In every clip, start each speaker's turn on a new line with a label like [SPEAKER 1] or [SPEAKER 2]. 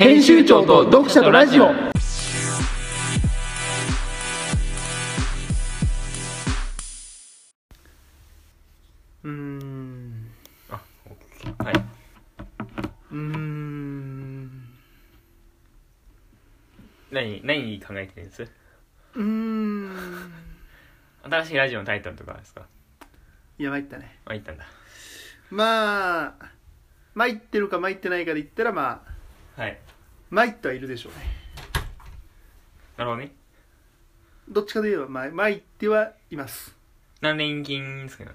[SPEAKER 1] 編集長と読者とラジオ
[SPEAKER 2] うーん
[SPEAKER 3] はい。
[SPEAKER 2] うーん
[SPEAKER 3] 何、何考えてるんです
[SPEAKER 2] うーん
[SPEAKER 3] 新しいラジオのタイトルとかですか
[SPEAKER 2] やばいったね
[SPEAKER 3] あ、言ったんだ。
[SPEAKER 2] まあ参ってるか参ってないかで言ったらまあ
[SPEAKER 3] はい。
[SPEAKER 2] 参ってはいるでしょうね
[SPEAKER 3] なるほどね。
[SPEAKER 2] どっちかといえばまあ参ってはいます
[SPEAKER 3] 何連勤ですかね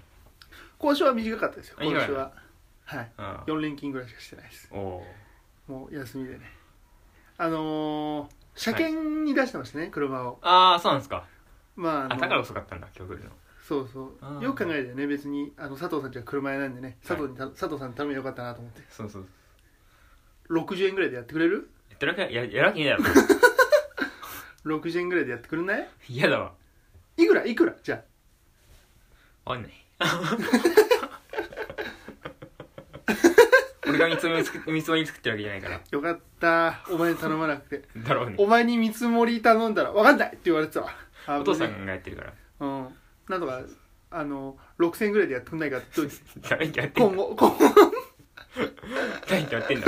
[SPEAKER 2] 今週は短かったですよ今週ははい
[SPEAKER 3] ああ
[SPEAKER 2] 4連勤ぐらいしかしてないです
[SPEAKER 3] おー
[SPEAKER 2] もう休みでねあのー、車検に出してましたね、車を
[SPEAKER 3] あー、そうなんですか。
[SPEAKER 2] まああ
[SPEAKER 3] あ、
[SPEAKER 2] の
[SPEAKER 3] だから遅かったんだ、今日来るの。
[SPEAKER 2] そうそ
[SPEAKER 3] あ
[SPEAKER 2] う
[SPEAKER 3] ー
[SPEAKER 2] よく考えてね別にあの佐藤さんちは車屋なんでね佐藤にた、佐藤さんに頼めばよかったなと思って
[SPEAKER 3] そうそう。
[SPEAKER 2] 60円ぐらいでやってくれる
[SPEAKER 3] やってるわけ、ややるわけねえだ ろ。
[SPEAKER 2] 60円ぐらいでやってくれない
[SPEAKER 3] 嫌だわ。
[SPEAKER 2] いくらいくらじゃ
[SPEAKER 3] わ かんない。俺が見積もり作っ見積もり作ってるわけじゃないから。
[SPEAKER 2] あよかったお前に頼まなくて
[SPEAKER 3] だ ろう
[SPEAKER 2] お
[SPEAKER 3] ね。
[SPEAKER 2] 前に見積もり頼んだら分かんないって言われてたわ あ
[SPEAKER 3] お父さんがやってるから。
[SPEAKER 2] うんなんとかあの6000円ぐらいでやってくんないかって言 っといて
[SPEAKER 3] 誰がやってん
[SPEAKER 2] 今
[SPEAKER 3] だ
[SPEAKER 2] 後今後
[SPEAKER 3] 誰がやってんだ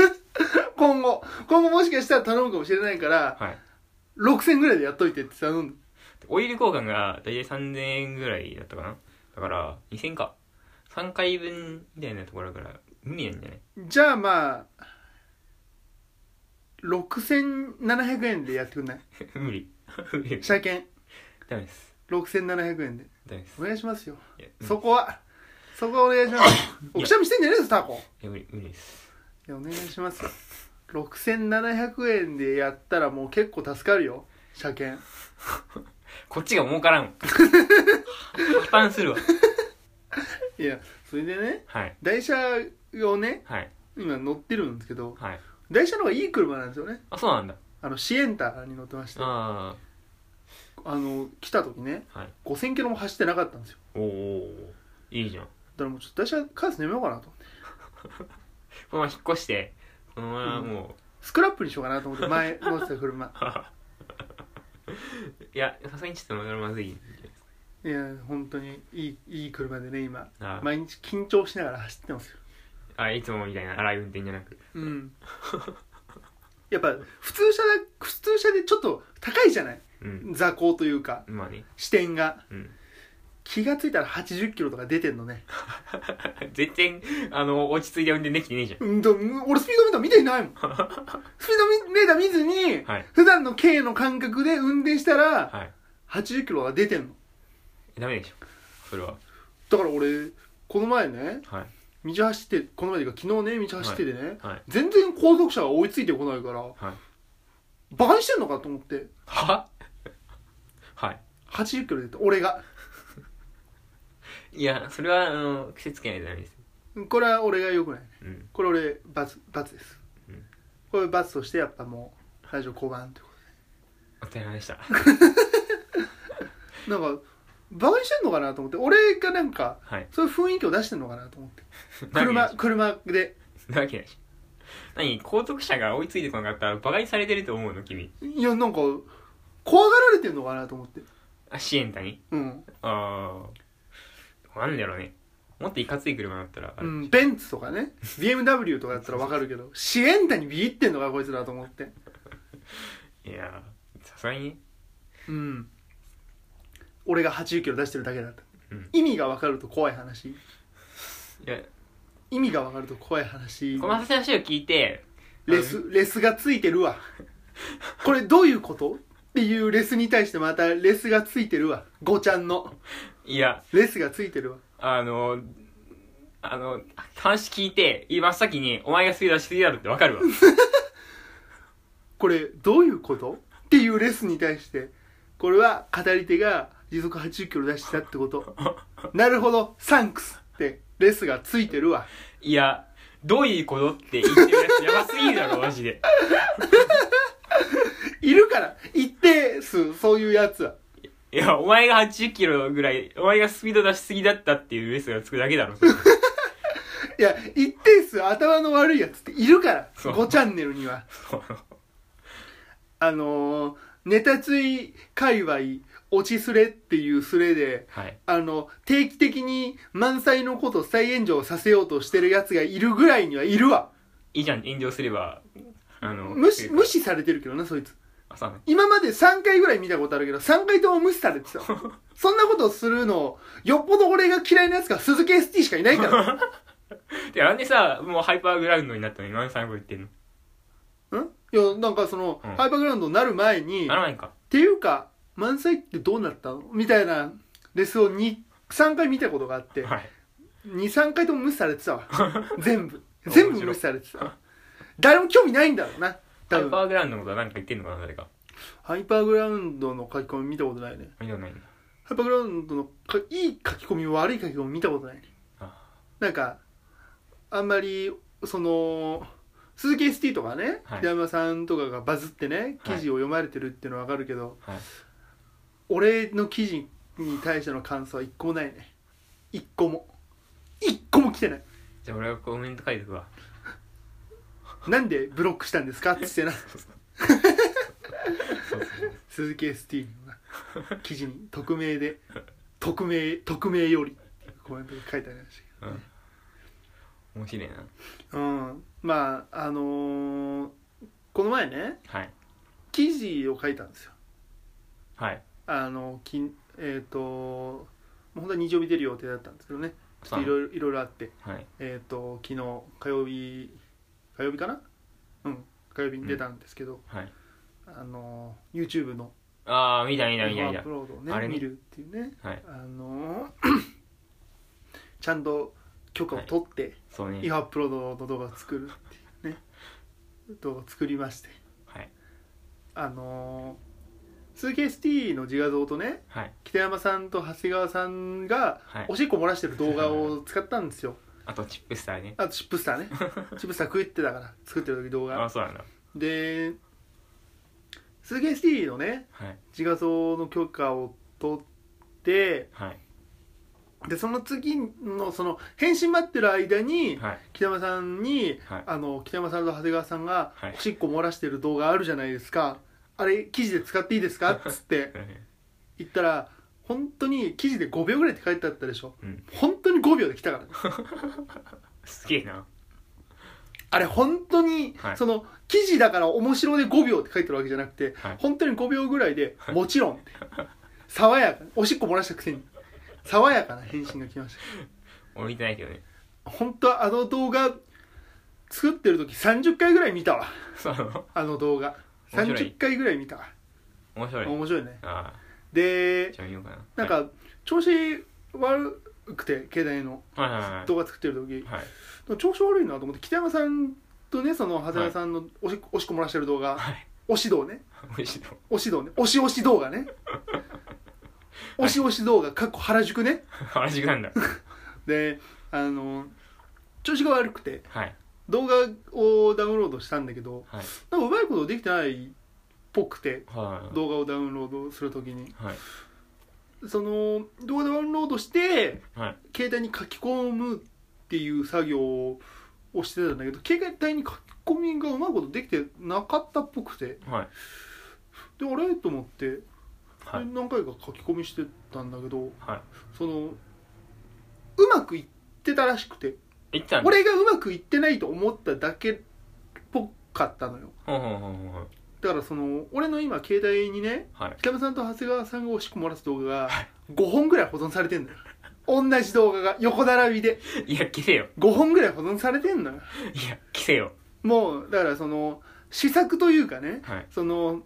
[SPEAKER 2] 今後今後もしかしたら頼むかもしれないから
[SPEAKER 3] はい。
[SPEAKER 2] 6000円ぐらいでやっといてって頼ん
[SPEAKER 3] オイル交換が大体3000円ぐらいだったかなだから2000か3回分みたいなところだから無理なんじゃない
[SPEAKER 2] じゃあまあ6700円でやってくんない
[SPEAKER 3] 無理 無理
[SPEAKER 2] 車検
[SPEAKER 3] ダメです
[SPEAKER 2] 6700円で
[SPEAKER 3] ダメです
[SPEAKER 2] お願いしますよ
[SPEAKER 3] いや
[SPEAKER 2] そこはそこはお願いしますおくしゃみしてんじゃねえぞタコ
[SPEAKER 3] いや無理無理です
[SPEAKER 2] いやお願いしますよ6700円でやったらもう結構助かるよ車検
[SPEAKER 3] こっちが儲からん破綻するわ
[SPEAKER 2] いやそれでね
[SPEAKER 3] はい
[SPEAKER 2] 台車をね
[SPEAKER 3] はい
[SPEAKER 2] 今乗ってるんですけど
[SPEAKER 3] はい
[SPEAKER 2] 台車の方がいい車なんですよね
[SPEAKER 3] あそうなんだ
[SPEAKER 2] あのシエンターに乗ってましてあ
[SPEAKER 3] あ
[SPEAKER 2] の来た時ね
[SPEAKER 3] あはい
[SPEAKER 2] 5000キロも走ってなかったんですよ
[SPEAKER 3] おーおーいいじゃん
[SPEAKER 2] だからもうちょっと台車カースやめようかなと思って
[SPEAKER 3] このまま引っ越してこのままもう、
[SPEAKER 2] スクラップにしようかなと思って前乗ってた車
[SPEAKER 3] いやさすがにちょっとまずいんじゃないです
[SPEAKER 2] いや本当にいいいい車でね今
[SPEAKER 3] かあー
[SPEAKER 2] 毎日緊張しながら走ってますよ
[SPEAKER 3] あいつもみたいな荒い運転じゃなく
[SPEAKER 2] うん やっぱ普通車だ普通車でちょっと高いじゃない
[SPEAKER 3] うん
[SPEAKER 2] 座高というか
[SPEAKER 3] まあね
[SPEAKER 2] 視点が
[SPEAKER 3] うん
[SPEAKER 2] 気がついたら80キロとか出てんのね
[SPEAKER 3] 全然、あの、落ち着いて運転できてねえじゃん。
[SPEAKER 2] うんとうん俺スピードメーター見てないも んスピードメーター見ずに、
[SPEAKER 3] はい
[SPEAKER 2] 普段の軽の感覚で運転したら
[SPEAKER 3] はい。
[SPEAKER 2] 80キロが出てんの
[SPEAKER 3] ダメでしょ。それは。
[SPEAKER 2] だから俺この前ね
[SPEAKER 3] はい。
[SPEAKER 2] 道走ってこの前というか昨日ね道走っててね、
[SPEAKER 3] はい。
[SPEAKER 2] 全然後続車が追いついてこないから
[SPEAKER 3] はい。
[SPEAKER 2] バカにしてんのかと思って
[SPEAKER 3] は はい。
[SPEAKER 2] 80キロ出て俺が
[SPEAKER 3] いや、それは、あの、癖つけないとダメです。
[SPEAKER 2] これは俺が良くない
[SPEAKER 3] うん。
[SPEAKER 2] これ俺罰罰です、
[SPEAKER 3] うん
[SPEAKER 2] これ罰としてやっぱもうラジオ降板ってこ
[SPEAKER 3] お疲れ様でした。
[SPEAKER 2] となんかバカにしてんのかなと思って俺がなんか
[SPEAKER 3] はい。
[SPEAKER 2] そういう雰囲気を出してんのかなと 思って
[SPEAKER 3] な
[SPEAKER 2] 車
[SPEAKER 3] わけ
[SPEAKER 2] 車で
[SPEAKER 3] ないなわけないし。何後続車が追いついてこなかったら、馬鹿にされてると思うの君。
[SPEAKER 2] いやなんか怖がられてんのかなと思って
[SPEAKER 3] あ、支援隊に
[SPEAKER 2] うん、
[SPEAKER 3] ああ。なんだろうね。もっといかつい車だったら、あ
[SPEAKER 2] う
[SPEAKER 3] れ
[SPEAKER 2] ん、ベンツとかね BMW とかだったら分かる けどシエンタにビビってんのかこいつらと思って
[SPEAKER 3] いやー、さすがにね。
[SPEAKER 2] うん俺が80キロ出してるだけだった、
[SPEAKER 3] うん
[SPEAKER 2] 意味が分かると怖い話
[SPEAKER 3] いや、
[SPEAKER 2] 意味が分かると怖い話
[SPEAKER 3] この話を聞いて、
[SPEAKER 2] レス、レスがついてるわ。これどういうことっていうレスに対してまたレスがついてるわ。ごちゃんの。
[SPEAKER 3] いや、
[SPEAKER 2] レスがついてるわ。
[SPEAKER 3] あの、あの、話聞いて、真っ先に、お前がスピード出しすぎだろってわか るわ。
[SPEAKER 2] これどういうことっていうレスに対して、これは語り手が時速80キロ出してたってこと。なるほど、サンクスってレスがついてるわ。
[SPEAKER 3] いや、どういうことって言ってるやつやばすぎるだろ、マジで。
[SPEAKER 2] いるから、一定数、そういうやつは。
[SPEAKER 3] いや、お前が80キロぐらい、お前がスピード出しすぎだったっていうレースがつくだけだろ、それ
[SPEAKER 2] いや一定数頭の悪いやつっているから
[SPEAKER 3] そう
[SPEAKER 2] 5チャンネルには
[SPEAKER 3] そう
[SPEAKER 2] あのーネタつい界隈落ちすれっていうスレで
[SPEAKER 3] はい
[SPEAKER 2] あの定期的に満載のこと再炎上させようとしてるやつがいるぐらいにはいるわ
[SPEAKER 3] いいじゃん炎上すればあの
[SPEAKER 2] 無視無視されてるけどなそいつ
[SPEAKER 3] あそうね
[SPEAKER 2] 今まで3回ぐらい見たことあるけど3回とも無視され てたそんなことするのよっぽど俺が嫌いなやつが鈴木 ST しかいないから
[SPEAKER 3] でなんでさもうハイパーグラウンドになったの今の最後言ってんの
[SPEAKER 2] んいやなんかその、
[SPEAKER 3] うん
[SPEAKER 2] ハイパーグラウンドになる前に
[SPEAKER 3] ならないか
[SPEAKER 2] っていうか満載ってどうなったのみたいなレスを23回見たことがあって
[SPEAKER 3] はい
[SPEAKER 2] 23回とも無視されて たわ全部
[SPEAKER 3] 面白
[SPEAKER 2] 全
[SPEAKER 3] い
[SPEAKER 2] 部無視され てた誰も興味ないんだろうな
[SPEAKER 3] ハ
[SPEAKER 2] 多
[SPEAKER 3] イ
[SPEAKER 2] 分
[SPEAKER 3] パーグラウンドのことは何か言ってんのかな誰か
[SPEAKER 2] ハイパーグラウンドの書き込み見たことないね
[SPEAKER 3] 見たことないんだ
[SPEAKER 2] ハイパーグラウンドのかいい書き込み悪い書き込み見たことないね
[SPEAKER 3] あ
[SPEAKER 2] なんかあんまりその鈴木 ST とかね
[SPEAKER 3] はい
[SPEAKER 2] 平山さんとかがバズってね記事を読まれてるっていうのはわかるけど、
[SPEAKER 3] はい
[SPEAKER 2] 俺の記事に対しての感想は一個もないね一個も一個も来てない
[SPEAKER 3] じゃあ俺がコメント書いとくわ
[SPEAKER 2] なんでブロックしたんですかっつってな
[SPEAKER 3] そうそうそう
[SPEAKER 2] 鈴木 ST の記事に匿名で 匿名匿名よりコメントが書いてありました
[SPEAKER 3] うん面白いな
[SPEAKER 2] けどうんまああのーこの前ね
[SPEAKER 3] はい
[SPEAKER 2] 記事を書いたんですよ
[SPEAKER 3] はい
[SPEAKER 2] あのきえっ、ともう本当は日曜日出る予定だったんですけどねちょっといろいろいろいろあって
[SPEAKER 3] はい
[SPEAKER 2] えっ、と昨日火曜日火曜日かなうん火曜日に出たんですけど、
[SPEAKER 3] はい
[SPEAKER 2] あの YouTube の
[SPEAKER 3] ああ見た見
[SPEAKER 2] ア
[SPEAKER 3] た見た見
[SPEAKER 2] ッ
[SPEAKER 3] た
[SPEAKER 2] プロードを
[SPEAKER 3] あ
[SPEAKER 2] ね
[SPEAKER 3] れね
[SPEAKER 2] 見るっていうね
[SPEAKER 3] はい
[SPEAKER 2] あの ちゃんと許可を取って、
[SPEAKER 3] そう
[SPEAKER 2] 違
[SPEAKER 3] ね
[SPEAKER 2] 法アップロードの動画を作るっていうね動画を作りまして
[SPEAKER 3] はい
[SPEAKER 2] あの鈴木 ST の自画像とね
[SPEAKER 3] はい
[SPEAKER 2] 北山さんと長谷川さんが
[SPEAKER 3] はい
[SPEAKER 2] おしっこ漏らしてる動画を使ったんですよ
[SPEAKER 3] あとチップスターね
[SPEAKER 2] あとチップスター ねチップスター食ってたから作ってる時動
[SPEAKER 3] あ
[SPEAKER 2] 画
[SPEAKER 3] あそうなんだ
[SPEAKER 2] で鈴木 ST のね
[SPEAKER 3] はい
[SPEAKER 2] 自画像の許可を取って
[SPEAKER 3] はい
[SPEAKER 2] でその次のその返信待ってる間に
[SPEAKER 3] はい
[SPEAKER 2] 北山さんに、
[SPEAKER 3] はい
[SPEAKER 2] あの北山さんと長谷川さんが
[SPEAKER 3] はい
[SPEAKER 2] おしっこ漏らしてる動画あるじゃないですかあれ記事で使っていいですかっつって言ったら本当に記事で5秒ぐらいって書いてあったでしょ
[SPEAKER 3] うん
[SPEAKER 2] 本当に5秒で来たからね
[SPEAKER 3] すげえな
[SPEAKER 2] あれ本当に、
[SPEAKER 3] はい
[SPEAKER 2] その記事だから面白で5秒って書いてるわけじゃなくて、
[SPEAKER 3] はい
[SPEAKER 2] 本当に5秒ぐらいで「もちろん」って爽やかおしっこ漏らしたくせに爽やかな返信が来まし
[SPEAKER 3] 俺見てないけどね
[SPEAKER 2] た本当はあの動画作ってる時30回ぐらい見たわ
[SPEAKER 3] そうなの
[SPEAKER 2] あの動画
[SPEAKER 3] 面白い
[SPEAKER 2] 30回ぐらい見たわ
[SPEAKER 3] 面白い
[SPEAKER 2] 面白いね
[SPEAKER 3] ああ
[SPEAKER 2] で
[SPEAKER 3] じゃあ見ようかな
[SPEAKER 2] なんか調子悪くて携帯の
[SPEAKER 3] はいはいはい
[SPEAKER 2] 動画作ってる時、
[SPEAKER 3] はい
[SPEAKER 2] 調子悪いなと思って北山さんとねその長谷川さんのおし,、おしっこ漏らしてる動画
[SPEAKER 3] はい
[SPEAKER 2] おしどうね
[SPEAKER 3] 美味しいと
[SPEAKER 2] おしどうねおしおし動画ねおしおし動画かっこ原宿ね
[SPEAKER 3] 原宿なんだ
[SPEAKER 2] であの調子が悪くて
[SPEAKER 3] はい
[SPEAKER 2] 動画をダウンロードしたんだけど
[SPEAKER 3] はい
[SPEAKER 2] なんかうまいことできてないっぽくて
[SPEAKER 3] はい
[SPEAKER 2] 動画をダウンロードするときに
[SPEAKER 3] はい
[SPEAKER 2] その動画ダウンロードして
[SPEAKER 3] はい
[SPEAKER 2] 携帯に書き込むっていう作業をしてたんだけど携帯に書き込みがうまいことできてなかったっぽくて
[SPEAKER 3] はい
[SPEAKER 2] であれと思って、
[SPEAKER 3] はい
[SPEAKER 2] 何回か書き込みしてたんだけど
[SPEAKER 3] は
[SPEAKER 2] そのうまくいってたらしくて
[SPEAKER 3] い行ったんだ
[SPEAKER 2] 俺がうまくいってないと思っただけっぽかったのよ
[SPEAKER 3] ほうほうほうほう
[SPEAKER 2] だからその俺の今携帯にね
[SPEAKER 3] はい
[SPEAKER 2] 北村さんと長谷川さんがおしっこ漏らす動画が5本ぐらい保存されてんのよ同じ動画が横並びで
[SPEAKER 3] いや消せよ
[SPEAKER 2] 5本ぐらい保存されてんのよ
[SPEAKER 3] いや消せよ
[SPEAKER 2] もうだからその試作というかね
[SPEAKER 3] はい
[SPEAKER 2] その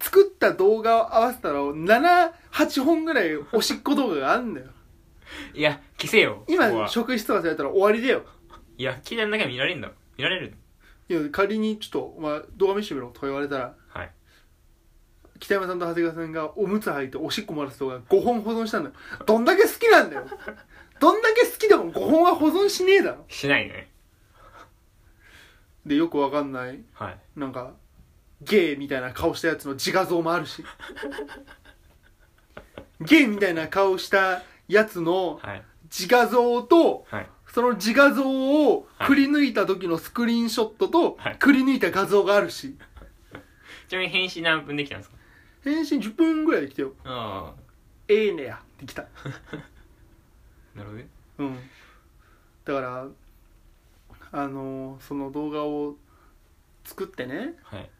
[SPEAKER 2] 作った動画を合わせたら78本ぐらいおしっこ動画があんだよ
[SPEAKER 3] いや消せよそこ
[SPEAKER 2] 今
[SPEAKER 3] は
[SPEAKER 2] 職質とかされたら終わりだよ
[SPEAKER 3] いや携帯の中見られるんだ見られる
[SPEAKER 2] いや仮にちょっとお前動画見せてみろとか言われたら
[SPEAKER 3] はい
[SPEAKER 2] 北山さんと長谷川さんがおむつ履いておしっこ漏らす動画5本保存したんだよどんだけ好きなんだよどんだけ好きでも5本は保存しねえだろ
[SPEAKER 3] しないね
[SPEAKER 2] でよくわかんない
[SPEAKER 3] はい
[SPEAKER 2] なんかゲイみたいな顔したやつの自画像もあるしゲイみたいな顔したやつの
[SPEAKER 3] はい
[SPEAKER 2] 自画像と
[SPEAKER 3] はい
[SPEAKER 2] その自画像をくり抜いた時のスクリーンショットと
[SPEAKER 3] はい
[SPEAKER 2] くり抜いた画像があるし
[SPEAKER 3] ちなみに返信何分できたんですか
[SPEAKER 2] 返信10分ぐらいで来てよ
[SPEAKER 3] あ
[SPEAKER 2] 「ええねや」って来た
[SPEAKER 3] あなるほどね
[SPEAKER 2] うんだからあのその動画を作ってね
[SPEAKER 3] はい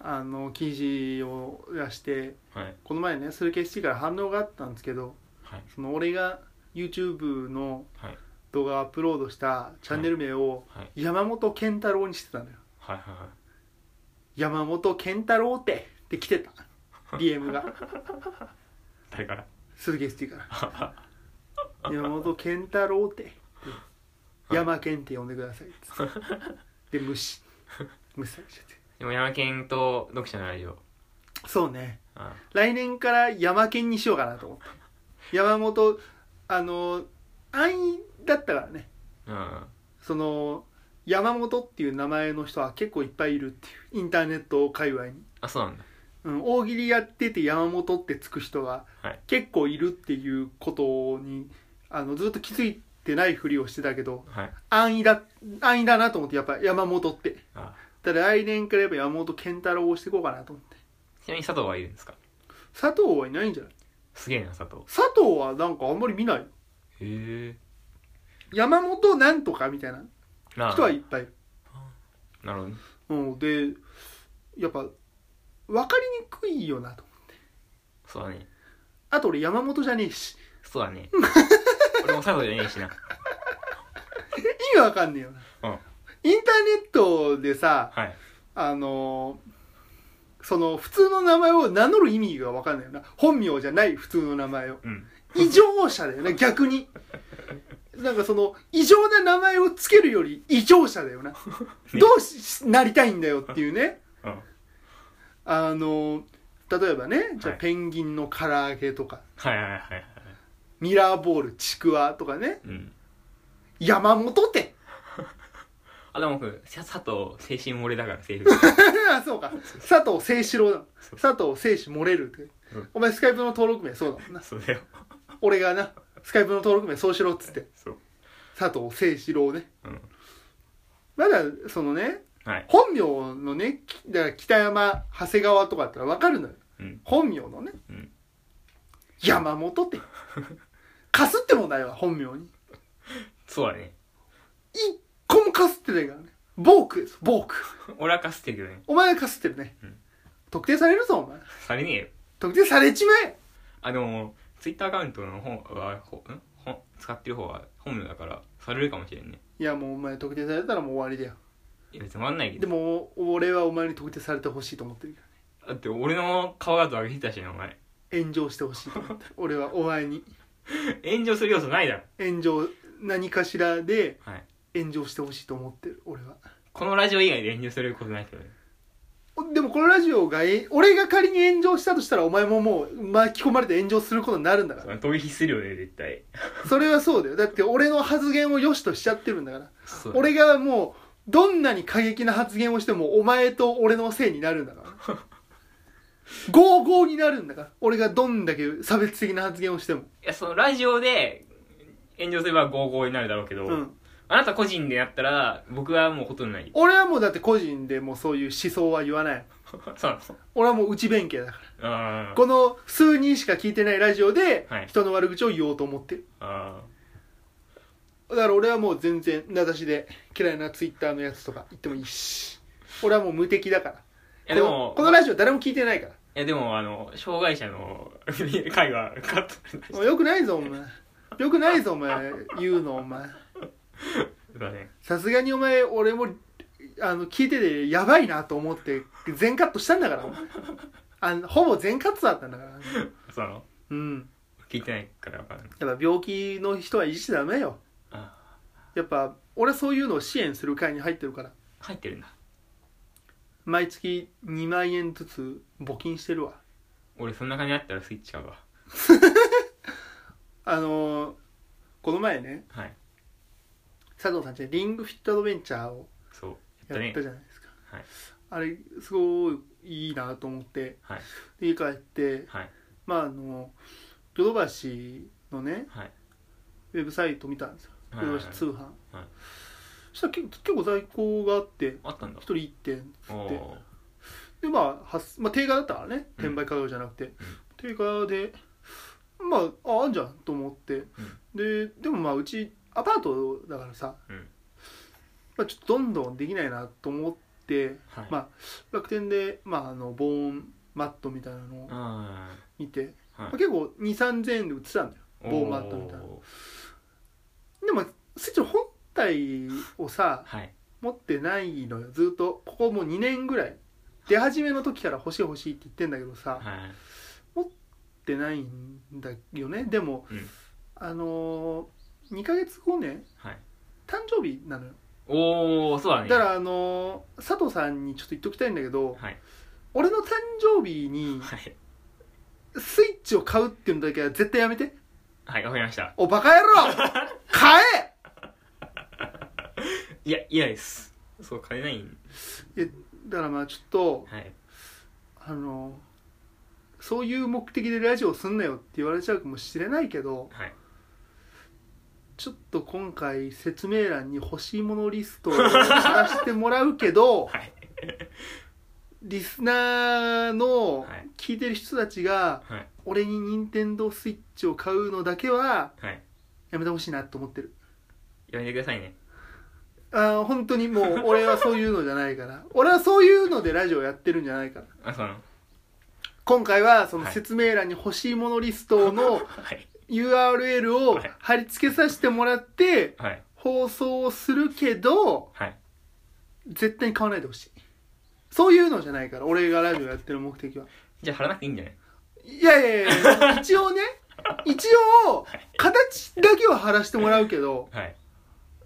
[SPEAKER 2] あの記事を出して
[SPEAKER 3] はい
[SPEAKER 2] この前ねそれ消してから反応があったんですけど
[SPEAKER 3] はい
[SPEAKER 2] その俺が YouTube の
[SPEAKER 3] はい
[SPEAKER 2] 動画をアップロードしたチャンネル名を
[SPEAKER 3] はい
[SPEAKER 2] 山本健太郎にしてたのよ
[SPEAKER 3] はいは
[SPEAKER 2] 山本健太郎ってって来 てた DM が
[SPEAKER 3] い誰から
[SPEAKER 2] 鈴木スティ から山本健太郎って山健って呼んでくだ さいっつってで無視無視されちゃって
[SPEAKER 3] でも山県と読者のラジオ
[SPEAKER 2] そうね
[SPEAKER 3] あ
[SPEAKER 2] 来年から山県にしようかなと思って山本あの安易だったからね
[SPEAKER 3] あ
[SPEAKER 2] その山本っていう名前の人は結構いっぱいいるっていうインターネット界隈に、
[SPEAKER 3] あそうなんだ
[SPEAKER 2] うん、大喜利やってて山本ってつく人が
[SPEAKER 3] はい
[SPEAKER 2] 結構いるっていうことにあのずっと気づいてないふりをしてたけど
[SPEAKER 3] はい
[SPEAKER 2] 安易だ安易だなと思ってやっぱ山本って
[SPEAKER 3] あ
[SPEAKER 2] ただ来年からやっぱ山本健太郎をしていこうかなと思って
[SPEAKER 3] ちなみに佐藤はいるんですか
[SPEAKER 2] 佐藤はいないんじゃない
[SPEAKER 3] すげえな佐藤
[SPEAKER 2] 佐藤はなんかあんまり見ない
[SPEAKER 3] へえ
[SPEAKER 2] 山本なんとかみたいな
[SPEAKER 3] 人
[SPEAKER 2] 人はいっぱいいる
[SPEAKER 3] なるほどね
[SPEAKER 2] うん、でやっぱ分かりにくいよなと
[SPEAKER 3] そうだね
[SPEAKER 2] あと俺山本じゃねえし
[SPEAKER 3] そうだ ね俺も佐藤じゃねえしな
[SPEAKER 2] 意味わかんねえよな、
[SPEAKER 3] うん
[SPEAKER 2] インターネットでさ
[SPEAKER 3] はい
[SPEAKER 2] あのーその普通の名前を名乗る意味がわかんないよな本名じゃない普通の名前を
[SPEAKER 3] うん
[SPEAKER 2] 異常者だよね逆になんかその異常な名前をつけるより異常者だよなどうしなりたいんだよっていうね
[SPEAKER 3] うん
[SPEAKER 2] あのー例えばねじゃあ
[SPEAKER 3] はい
[SPEAKER 2] ペンギンの唐揚げとか
[SPEAKER 3] はいはいはいはい
[SPEAKER 2] ミラーボールちくわとかね
[SPEAKER 3] うん
[SPEAKER 2] 山本って
[SPEAKER 3] あでも僕さ佐藤精神漏れだからセー フ
[SPEAKER 2] あ そうか佐藤清志郎だ
[SPEAKER 3] そう
[SPEAKER 2] 佐藤清志漏れるって、
[SPEAKER 3] うん
[SPEAKER 2] お前スカイプの登録名そうだもんな
[SPEAKER 3] そうだよ
[SPEAKER 2] 俺がなスカイプの登録名そうしろっつって
[SPEAKER 3] そう
[SPEAKER 2] 佐藤清志郎ね
[SPEAKER 3] うん
[SPEAKER 2] まだそのね
[SPEAKER 3] はい
[SPEAKER 2] 本名のねきだから北山長谷川とかってのは分かるのよ
[SPEAKER 3] うん
[SPEAKER 2] 本名のね、
[SPEAKER 3] うん
[SPEAKER 2] 山本って かすってもないわ本名に
[SPEAKER 3] そうだね
[SPEAKER 2] 一個もかすってないからねボークですボーク
[SPEAKER 3] 俺はかすってるけどね
[SPEAKER 2] お前がかすってるね、
[SPEAKER 3] うん
[SPEAKER 2] 特定されるぞお前
[SPEAKER 3] されねえよ
[SPEAKER 2] 特定されちまえ
[SPEAKER 3] あでもツイッターアカウントの方はほんほ使ってる方は本名だからされるかもしれんね
[SPEAKER 2] いやもうお前特定されたらもう終わりだよ
[SPEAKER 3] いや別にわかんないけ
[SPEAKER 2] で
[SPEAKER 3] ど
[SPEAKER 2] も俺はお前に特定されてほしいと思ってるか
[SPEAKER 3] だって俺の顔だと上げてたしなお前
[SPEAKER 2] ら炎上してほしいと思ってる俺はお前に
[SPEAKER 3] 炎上する要素ないだろ
[SPEAKER 2] 炎上何かしらで
[SPEAKER 3] はい
[SPEAKER 2] 炎上してほしいと思ってる俺は
[SPEAKER 3] このラジオ以外で炎上することないけどね
[SPEAKER 2] おでもこのラジオがえ俺が仮に炎上したとしたらお前ももう巻き込まれて炎上することになるんだから
[SPEAKER 3] 飛び火するよね絶対
[SPEAKER 2] それはそうだよだって俺の発言を良しとしちゃってるんだから
[SPEAKER 3] そうだね
[SPEAKER 2] 俺がもうどんなに過激な発言をしてもお前と俺のせいになるんだから合々になるんだから俺がどんだけ差別的な発言をしても
[SPEAKER 3] いやそのラジオで炎上すれば55になるだろうけど、
[SPEAKER 2] うん
[SPEAKER 3] あなた個人でやったら僕はもうほとん どない
[SPEAKER 2] 俺はもうだって個人でもうそういう思想は言わない
[SPEAKER 3] そうなの
[SPEAKER 2] 俺はもう内弁慶だから
[SPEAKER 3] あー
[SPEAKER 2] この数人しか聞いてないラジオで
[SPEAKER 3] はい
[SPEAKER 2] 人の悪口を言おうと思ってる
[SPEAKER 3] あ
[SPEAKER 2] だから俺はもう全然名指しで嫌いなツイッターのやつとか言ってもいいし俺はもう無敵だから
[SPEAKER 3] ーいやでも
[SPEAKER 2] このこのラジオ誰も聞いてないか
[SPEAKER 3] いやでもあの障害者の 会はカット
[SPEAKER 2] らもうよくないぞお前よくないぞお前言うのお前
[SPEAKER 3] だね
[SPEAKER 2] さすがにお前俺もあの聞いててやばいなと思って全カットしたんだからお前あのほぼ全カットだったんだから
[SPEAKER 3] その
[SPEAKER 2] うん
[SPEAKER 3] 聞いてないから分からない
[SPEAKER 2] やっぱ病気の人はいじっちゃダメよ
[SPEAKER 3] あ
[SPEAKER 2] やっぱ俺はそういうのを支援する会に入ってるから
[SPEAKER 3] ー入ってるんだ
[SPEAKER 2] 毎月2万円ずつ募金してるわ
[SPEAKER 3] 俺そんな感じだったらスイッチ買うわ
[SPEAKER 2] あのーこの前ね
[SPEAKER 3] はい
[SPEAKER 2] 佐藤さんちでリングフィットアドベンチャーを
[SPEAKER 3] そうや
[SPEAKER 2] や
[SPEAKER 3] っ
[SPEAKER 2] った
[SPEAKER 3] ね
[SPEAKER 2] たじゃないですか、
[SPEAKER 3] はい
[SPEAKER 2] あれすごいいいなと思って
[SPEAKER 3] はい
[SPEAKER 2] で家帰って
[SPEAKER 3] はい
[SPEAKER 2] まああのヨドバシのね
[SPEAKER 3] はい
[SPEAKER 2] ウェブサイト見たんですよ
[SPEAKER 3] はいはいはい
[SPEAKER 2] 通販、
[SPEAKER 3] はい
[SPEAKER 2] そしたら結構結構在庫があって
[SPEAKER 3] あったんだ
[SPEAKER 2] 1人1点
[SPEAKER 3] お
[SPEAKER 2] って
[SPEAKER 3] お
[SPEAKER 2] でまあはすまあ定価だったからね
[SPEAKER 3] うん
[SPEAKER 2] 転売価格じゃなくて、定価でまあああんじゃんと思って、ででもまあうちアパートだからさ、
[SPEAKER 3] うん
[SPEAKER 2] まあ、ちょっとどんどんできないなと思って
[SPEAKER 3] はい
[SPEAKER 2] まあ楽天で、まあ、あの防音マットみたいなのを
[SPEAKER 3] あ
[SPEAKER 2] 見て、
[SPEAKER 3] あは
[SPEAKER 2] まあ、結構2 3千円で売ってたんだよ
[SPEAKER 3] い
[SPEAKER 2] 棒もあったみたいな
[SPEAKER 3] おー
[SPEAKER 2] でもスイッチの本体をさ
[SPEAKER 3] はい
[SPEAKER 2] 持ってないのよずっとここもう2年ぐらい出始めの時から欲しい欲しいって言ってんだけど
[SPEAKER 3] は
[SPEAKER 2] さ、
[SPEAKER 3] い
[SPEAKER 2] 持ってないんだよねでも、
[SPEAKER 3] うん
[SPEAKER 2] あのー、2ヶ月後ね
[SPEAKER 3] はい
[SPEAKER 2] 誕生日なのよ
[SPEAKER 3] おおそうだ
[SPEAKER 2] だ
[SPEAKER 3] ね
[SPEAKER 2] からあのー、佐藤さんにちょっと言っときたいんだけど
[SPEAKER 3] はい
[SPEAKER 2] 俺の誕生日に
[SPEAKER 3] はい
[SPEAKER 2] スイッチを買うっていうのだけは絶対やめて
[SPEAKER 3] はいわかりました
[SPEAKER 2] おバカ 野郎買え
[SPEAKER 3] いや嫌ですそう買えないん
[SPEAKER 2] だからまあちょっと
[SPEAKER 3] はい
[SPEAKER 2] あのそういう目的でラジオすんなよって言われちゃうかもしれないけど
[SPEAKER 3] はい
[SPEAKER 2] ちょっと今回説明欄に欲しいものリストを探してもらうけど、
[SPEAKER 3] はい
[SPEAKER 2] リスナーの
[SPEAKER 3] はい
[SPEAKER 2] 聞いてる人たちが
[SPEAKER 3] はい
[SPEAKER 2] 俺に任天堂スイッチを買うのだけは
[SPEAKER 3] はい
[SPEAKER 2] やめてほしいなと思ってる
[SPEAKER 3] やめてくださいね
[SPEAKER 2] あー本当にもう俺はそういうのじゃないから 俺はそういうのでラジオやってるんじゃないから
[SPEAKER 3] あそうなの
[SPEAKER 2] 今回はその
[SPEAKER 3] はい
[SPEAKER 2] 説明欄に欲しいものリストの
[SPEAKER 3] はい
[SPEAKER 2] URL を
[SPEAKER 3] はい
[SPEAKER 2] 貼り付けさせてもらって
[SPEAKER 3] はい
[SPEAKER 2] 放送をするけど
[SPEAKER 3] はい
[SPEAKER 2] 絶対に買わないでほしいそういうのじゃないから俺がラジオやってる目的は
[SPEAKER 3] じゃあ貼らなくていいんじゃない
[SPEAKER 2] いやいやいや 一応ね一応
[SPEAKER 3] はい
[SPEAKER 2] 形だけは貼らせてもらうけど
[SPEAKER 3] はい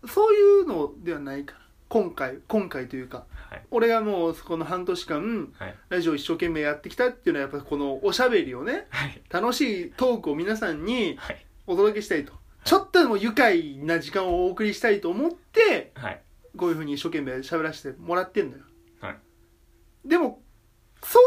[SPEAKER 2] そういうのではないから今回今回というか
[SPEAKER 3] はい
[SPEAKER 2] 俺がもうこの半年間
[SPEAKER 3] はい
[SPEAKER 2] ラジオ一生懸命やってきたっていうのはやっぱこのおしゃべりをね
[SPEAKER 3] はい
[SPEAKER 2] 楽しいトークを皆さんに
[SPEAKER 3] はい
[SPEAKER 2] お届けしたいと、ちょっとでも愉快な時間をお送りしたいと思って
[SPEAKER 3] はい
[SPEAKER 2] こういうふうに一生懸命喋らせてもらってんのよ、
[SPEAKER 3] はい
[SPEAKER 2] でもそう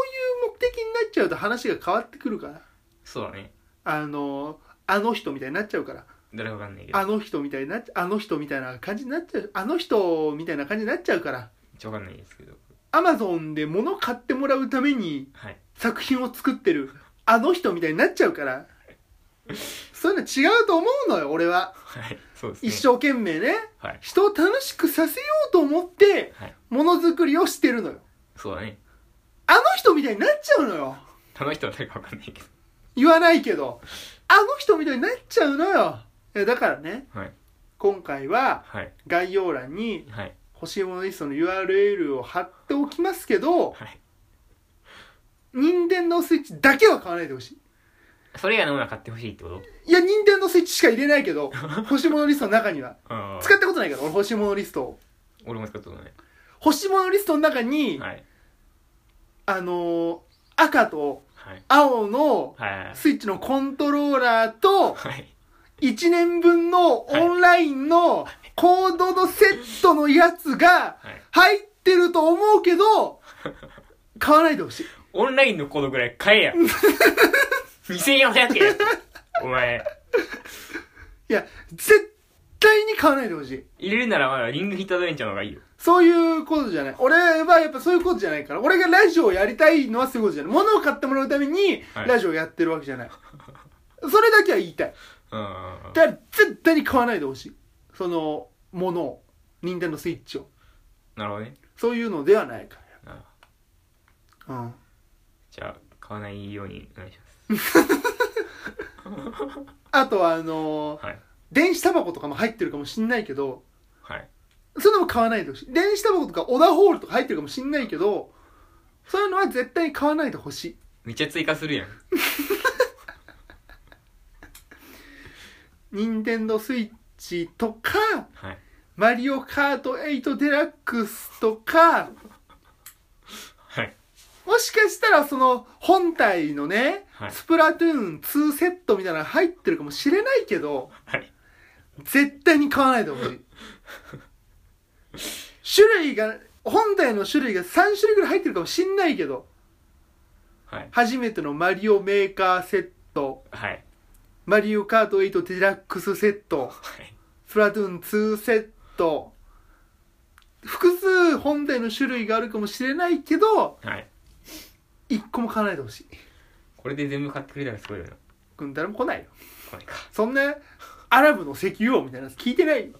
[SPEAKER 2] いう目的になっちゃうと話が変わってくるから
[SPEAKER 3] そうだね
[SPEAKER 2] あのあの人みたいになっちゃうから
[SPEAKER 3] 誰かわかんないけど
[SPEAKER 2] あの人みたいになっちゃあの人みたいな感じになっちゃうあの人みたいな感じになっちゃうから
[SPEAKER 3] 一応わかんないですけど
[SPEAKER 2] アマゾンで物買ってもらうために
[SPEAKER 3] はい
[SPEAKER 2] 作品を作ってるあの人みたいになっちゃうからそういうの違うと思うのよ俺は
[SPEAKER 3] はい そうですね
[SPEAKER 2] 一生懸命ね
[SPEAKER 3] はい
[SPEAKER 2] 人を楽しくさせようと思って
[SPEAKER 3] はい
[SPEAKER 2] ものづくりをしてるのよ
[SPEAKER 3] そうだね
[SPEAKER 2] あの人みたいになっちゃうのよ
[SPEAKER 3] 他の人は誰かわかんないけど
[SPEAKER 2] 言わないけどあの人みたいになっちゃうのよいやだからね
[SPEAKER 3] はい
[SPEAKER 2] 今回は
[SPEAKER 3] はい
[SPEAKER 2] 概要欄に
[SPEAKER 3] はい
[SPEAKER 2] 欲しいものリストの URL を貼っておきますけど
[SPEAKER 3] はい
[SPEAKER 2] 任天堂スイッチだけは買わないでほしい
[SPEAKER 3] それ以外のものは買ってほしいってこと
[SPEAKER 2] いや任天堂スイッチしか入れない けど欲しいものリストの中には
[SPEAKER 3] あ
[SPEAKER 2] 使ったことないから俺欲しいものリストを
[SPEAKER 3] 俺も使ったことない
[SPEAKER 2] 欲しいものリストの中に、
[SPEAKER 3] はい
[SPEAKER 2] あのー赤と
[SPEAKER 3] はい
[SPEAKER 2] 青の
[SPEAKER 3] はい
[SPEAKER 2] スイッチのコントローラーと
[SPEAKER 3] はい
[SPEAKER 2] 1年分のオンラインのコードのセットのやつが
[SPEAKER 3] はい
[SPEAKER 2] 入ってると思うけど、 買わないでほしい。
[SPEAKER 3] オンラインのコードぐらい買え や2400円お前
[SPEAKER 2] いや、絶対に買わないでほしい。
[SPEAKER 3] 入れるならまだリングヒットアドベンチャーの方がいいよ
[SPEAKER 2] そういうことじゃない。俺はやっぱそういうことじゃないから。俺がラジオをやりたいのはそういうことじゃない。物を買ってもらうために
[SPEAKER 3] はい
[SPEAKER 2] ラジオをやってるわけじゃない。それだけは言いたい。
[SPEAKER 3] うん
[SPEAKER 2] だから絶対に買わないでほしい。その、ものを。任天堂スイッチを。
[SPEAKER 3] なるほどね
[SPEAKER 2] そういうのではないか
[SPEAKER 3] なるほど
[SPEAKER 2] ら。うん。
[SPEAKER 3] じゃあ買わないようにお願いします
[SPEAKER 2] あとはあのー
[SPEAKER 3] はい
[SPEAKER 2] 電子タバコとかも入ってるかもしんないけど、
[SPEAKER 3] はい
[SPEAKER 2] そういうのも買わないでほしい。電子タバコとかオダホールとか入ってるかもしんないけど、そういうのは絶対に買わないでほしい。
[SPEAKER 3] めっちゃ追加するやん
[SPEAKER 2] 任天堂スイッチとか、
[SPEAKER 3] はい
[SPEAKER 2] マリオカート8デラックスとか、
[SPEAKER 3] はい
[SPEAKER 2] もしかしたらその本体のね、
[SPEAKER 3] はい
[SPEAKER 2] スプラトゥーン2セットみたいなの入ってるかもしれないけど、
[SPEAKER 3] はい
[SPEAKER 2] 絶対に買わないでほしい種類が本体の種類が3種類ぐらい入ってるかもしんないけど
[SPEAKER 3] はい
[SPEAKER 2] 初めてのマリオメーカーセット
[SPEAKER 3] はい
[SPEAKER 2] マリオカート8デラックスセット
[SPEAKER 3] はい
[SPEAKER 2] スプラトゥーン2セット複数本体の種類があるかもしれないけど
[SPEAKER 3] はい
[SPEAKER 2] 1個も買わないでほしい
[SPEAKER 3] これで全部買ってくれたらすごいよな
[SPEAKER 2] うん誰も来ないよ
[SPEAKER 3] これか
[SPEAKER 2] そんなアラブの石油王みたいなやつ聞いてないよ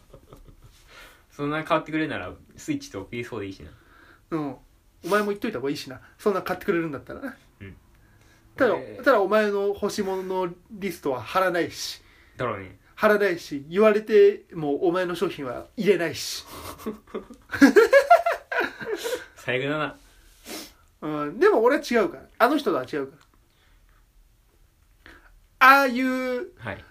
[SPEAKER 3] そんな買ってくれるならスイッチと PS4 でいいしな
[SPEAKER 2] うんお前も言っといた方がいいしなそんな買ってくれるんだったらな、
[SPEAKER 3] うん
[SPEAKER 2] ただ
[SPEAKER 3] えー
[SPEAKER 2] ただお前の欲しいもののリストは貼らないし
[SPEAKER 3] だろうね
[SPEAKER 2] 貼らないし言われてもお前の商品は入れないし、
[SPEAKER 3] 最悪だな
[SPEAKER 2] うん、でも俺は違うからあの人とは違うからああいう
[SPEAKER 3] はい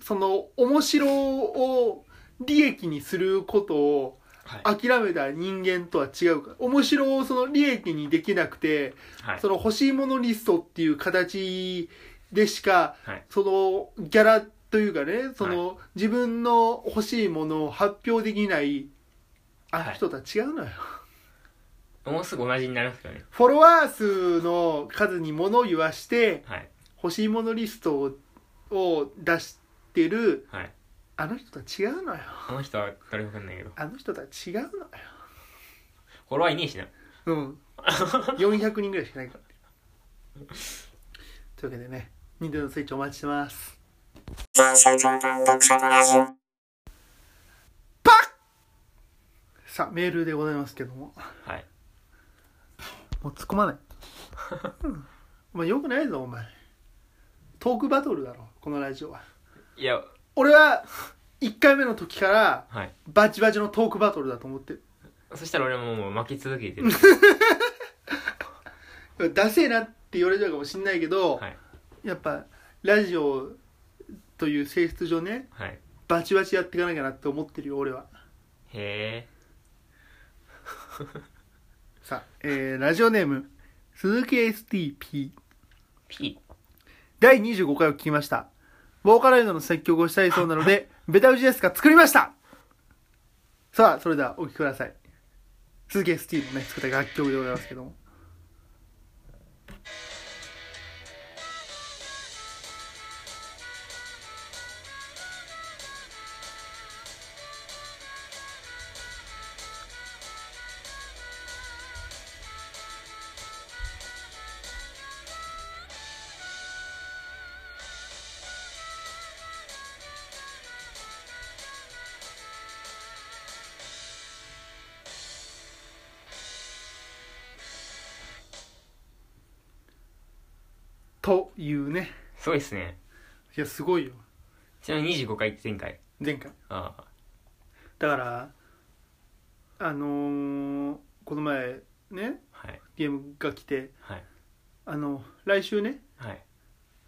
[SPEAKER 2] その面白を利益にすることを
[SPEAKER 3] はい
[SPEAKER 2] 諦めた人間とは違うから面白をその利益にできなくて
[SPEAKER 3] はい
[SPEAKER 2] その欲しいものリストっていう形でしか
[SPEAKER 3] はい
[SPEAKER 2] そのギャラというかねその自分の欲しいものを発表できないあの人とは違うのよ、
[SPEAKER 3] もうすぐ同じになりますからね
[SPEAKER 2] フォロワー数の数に物を言わして
[SPEAKER 3] はい
[SPEAKER 2] 欲しいものリストをを出してる
[SPEAKER 3] はい
[SPEAKER 2] あの人とは違うのよ
[SPEAKER 3] あの人は誰かわかんないけど
[SPEAKER 2] あの人とは違うのよ
[SPEAKER 3] フォロワーいねえしな
[SPEAKER 2] うん。400人ぐらいしかないから。というわけでね、任天堂スイッチお待ちしてます。パッさあ、メールでございますけども。
[SPEAKER 3] はい
[SPEAKER 2] もう突っ込まない。お前よくないぞ、お前。トークバトルだろ、このラジオは。
[SPEAKER 3] いや
[SPEAKER 2] 俺は、1回目の時から、
[SPEAKER 3] はい
[SPEAKER 2] バチバチのトークバトルだと思ってる。
[SPEAKER 3] そしたら俺ももう負け続けて る
[SPEAKER 2] ダセえなって言われちゃうかもしんないけど、
[SPEAKER 3] はい
[SPEAKER 2] やっぱラジオという性質上ね
[SPEAKER 3] はい
[SPEAKER 2] バチバチやっていかなきゃなって思ってるよ俺は
[SPEAKER 3] へえ
[SPEAKER 2] さあ、えーラジオネーム鈴木 STP
[SPEAKER 3] P
[SPEAKER 2] 第25回を聞きましたボーカロイドの作曲をしたいそうなのでベタ打ちですが作りましたさあそれではお聴きください鈴木 ST のね作った楽曲でございますけどもというね
[SPEAKER 3] すごいっすね
[SPEAKER 2] いやすごいよ
[SPEAKER 3] ちなみに25回前回
[SPEAKER 2] 前回
[SPEAKER 3] ああ
[SPEAKER 2] だからあのーこの前ね
[SPEAKER 3] はい
[SPEAKER 2] ゲームが来て
[SPEAKER 3] はい
[SPEAKER 2] あの来週ね
[SPEAKER 3] はい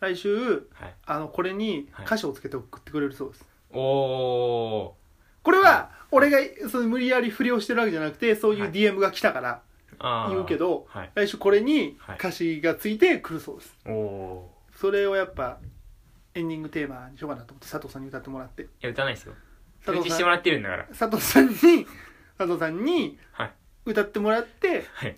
[SPEAKER 2] 来週
[SPEAKER 3] はい
[SPEAKER 2] あのこれに
[SPEAKER 3] はい
[SPEAKER 2] 歌詞をつけて送ってくれるそうです、
[SPEAKER 3] おお
[SPEAKER 2] これは俺がその無理やり振りをしてるわけじゃなくてそうい
[SPEAKER 3] は
[SPEAKER 2] う
[SPEAKER 3] い
[SPEAKER 2] DM が来たから
[SPEAKER 3] ああ
[SPEAKER 2] 言うけど、
[SPEAKER 3] はい
[SPEAKER 2] 来週これに
[SPEAKER 3] はい
[SPEAKER 2] 歌詞がついてくるそうです、
[SPEAKER 3] おお
[SPEAKER 2] それをやっぱエンディングテーマにしようかなと思って佐藤さんに歌ってもらって
[SPEAKER 3] いや歌わないっすよ
[SPEAKER 2] 佐
[SPEAKER 3] 通
[SPEAKER 2] 藤
[SPEAKER 3] 知
[SPEAKER 2] さ
[SPEAKER 3] し
[SPEAKER 2] ん
[SPEAKER 3] てもらってるんだから
[SPEAKER 2] 佐藤さんに佐藤さんに
[SPEAKER 3] はい
[SPEAKER 2] 歌ってもらって
[SPEAKER 3] はい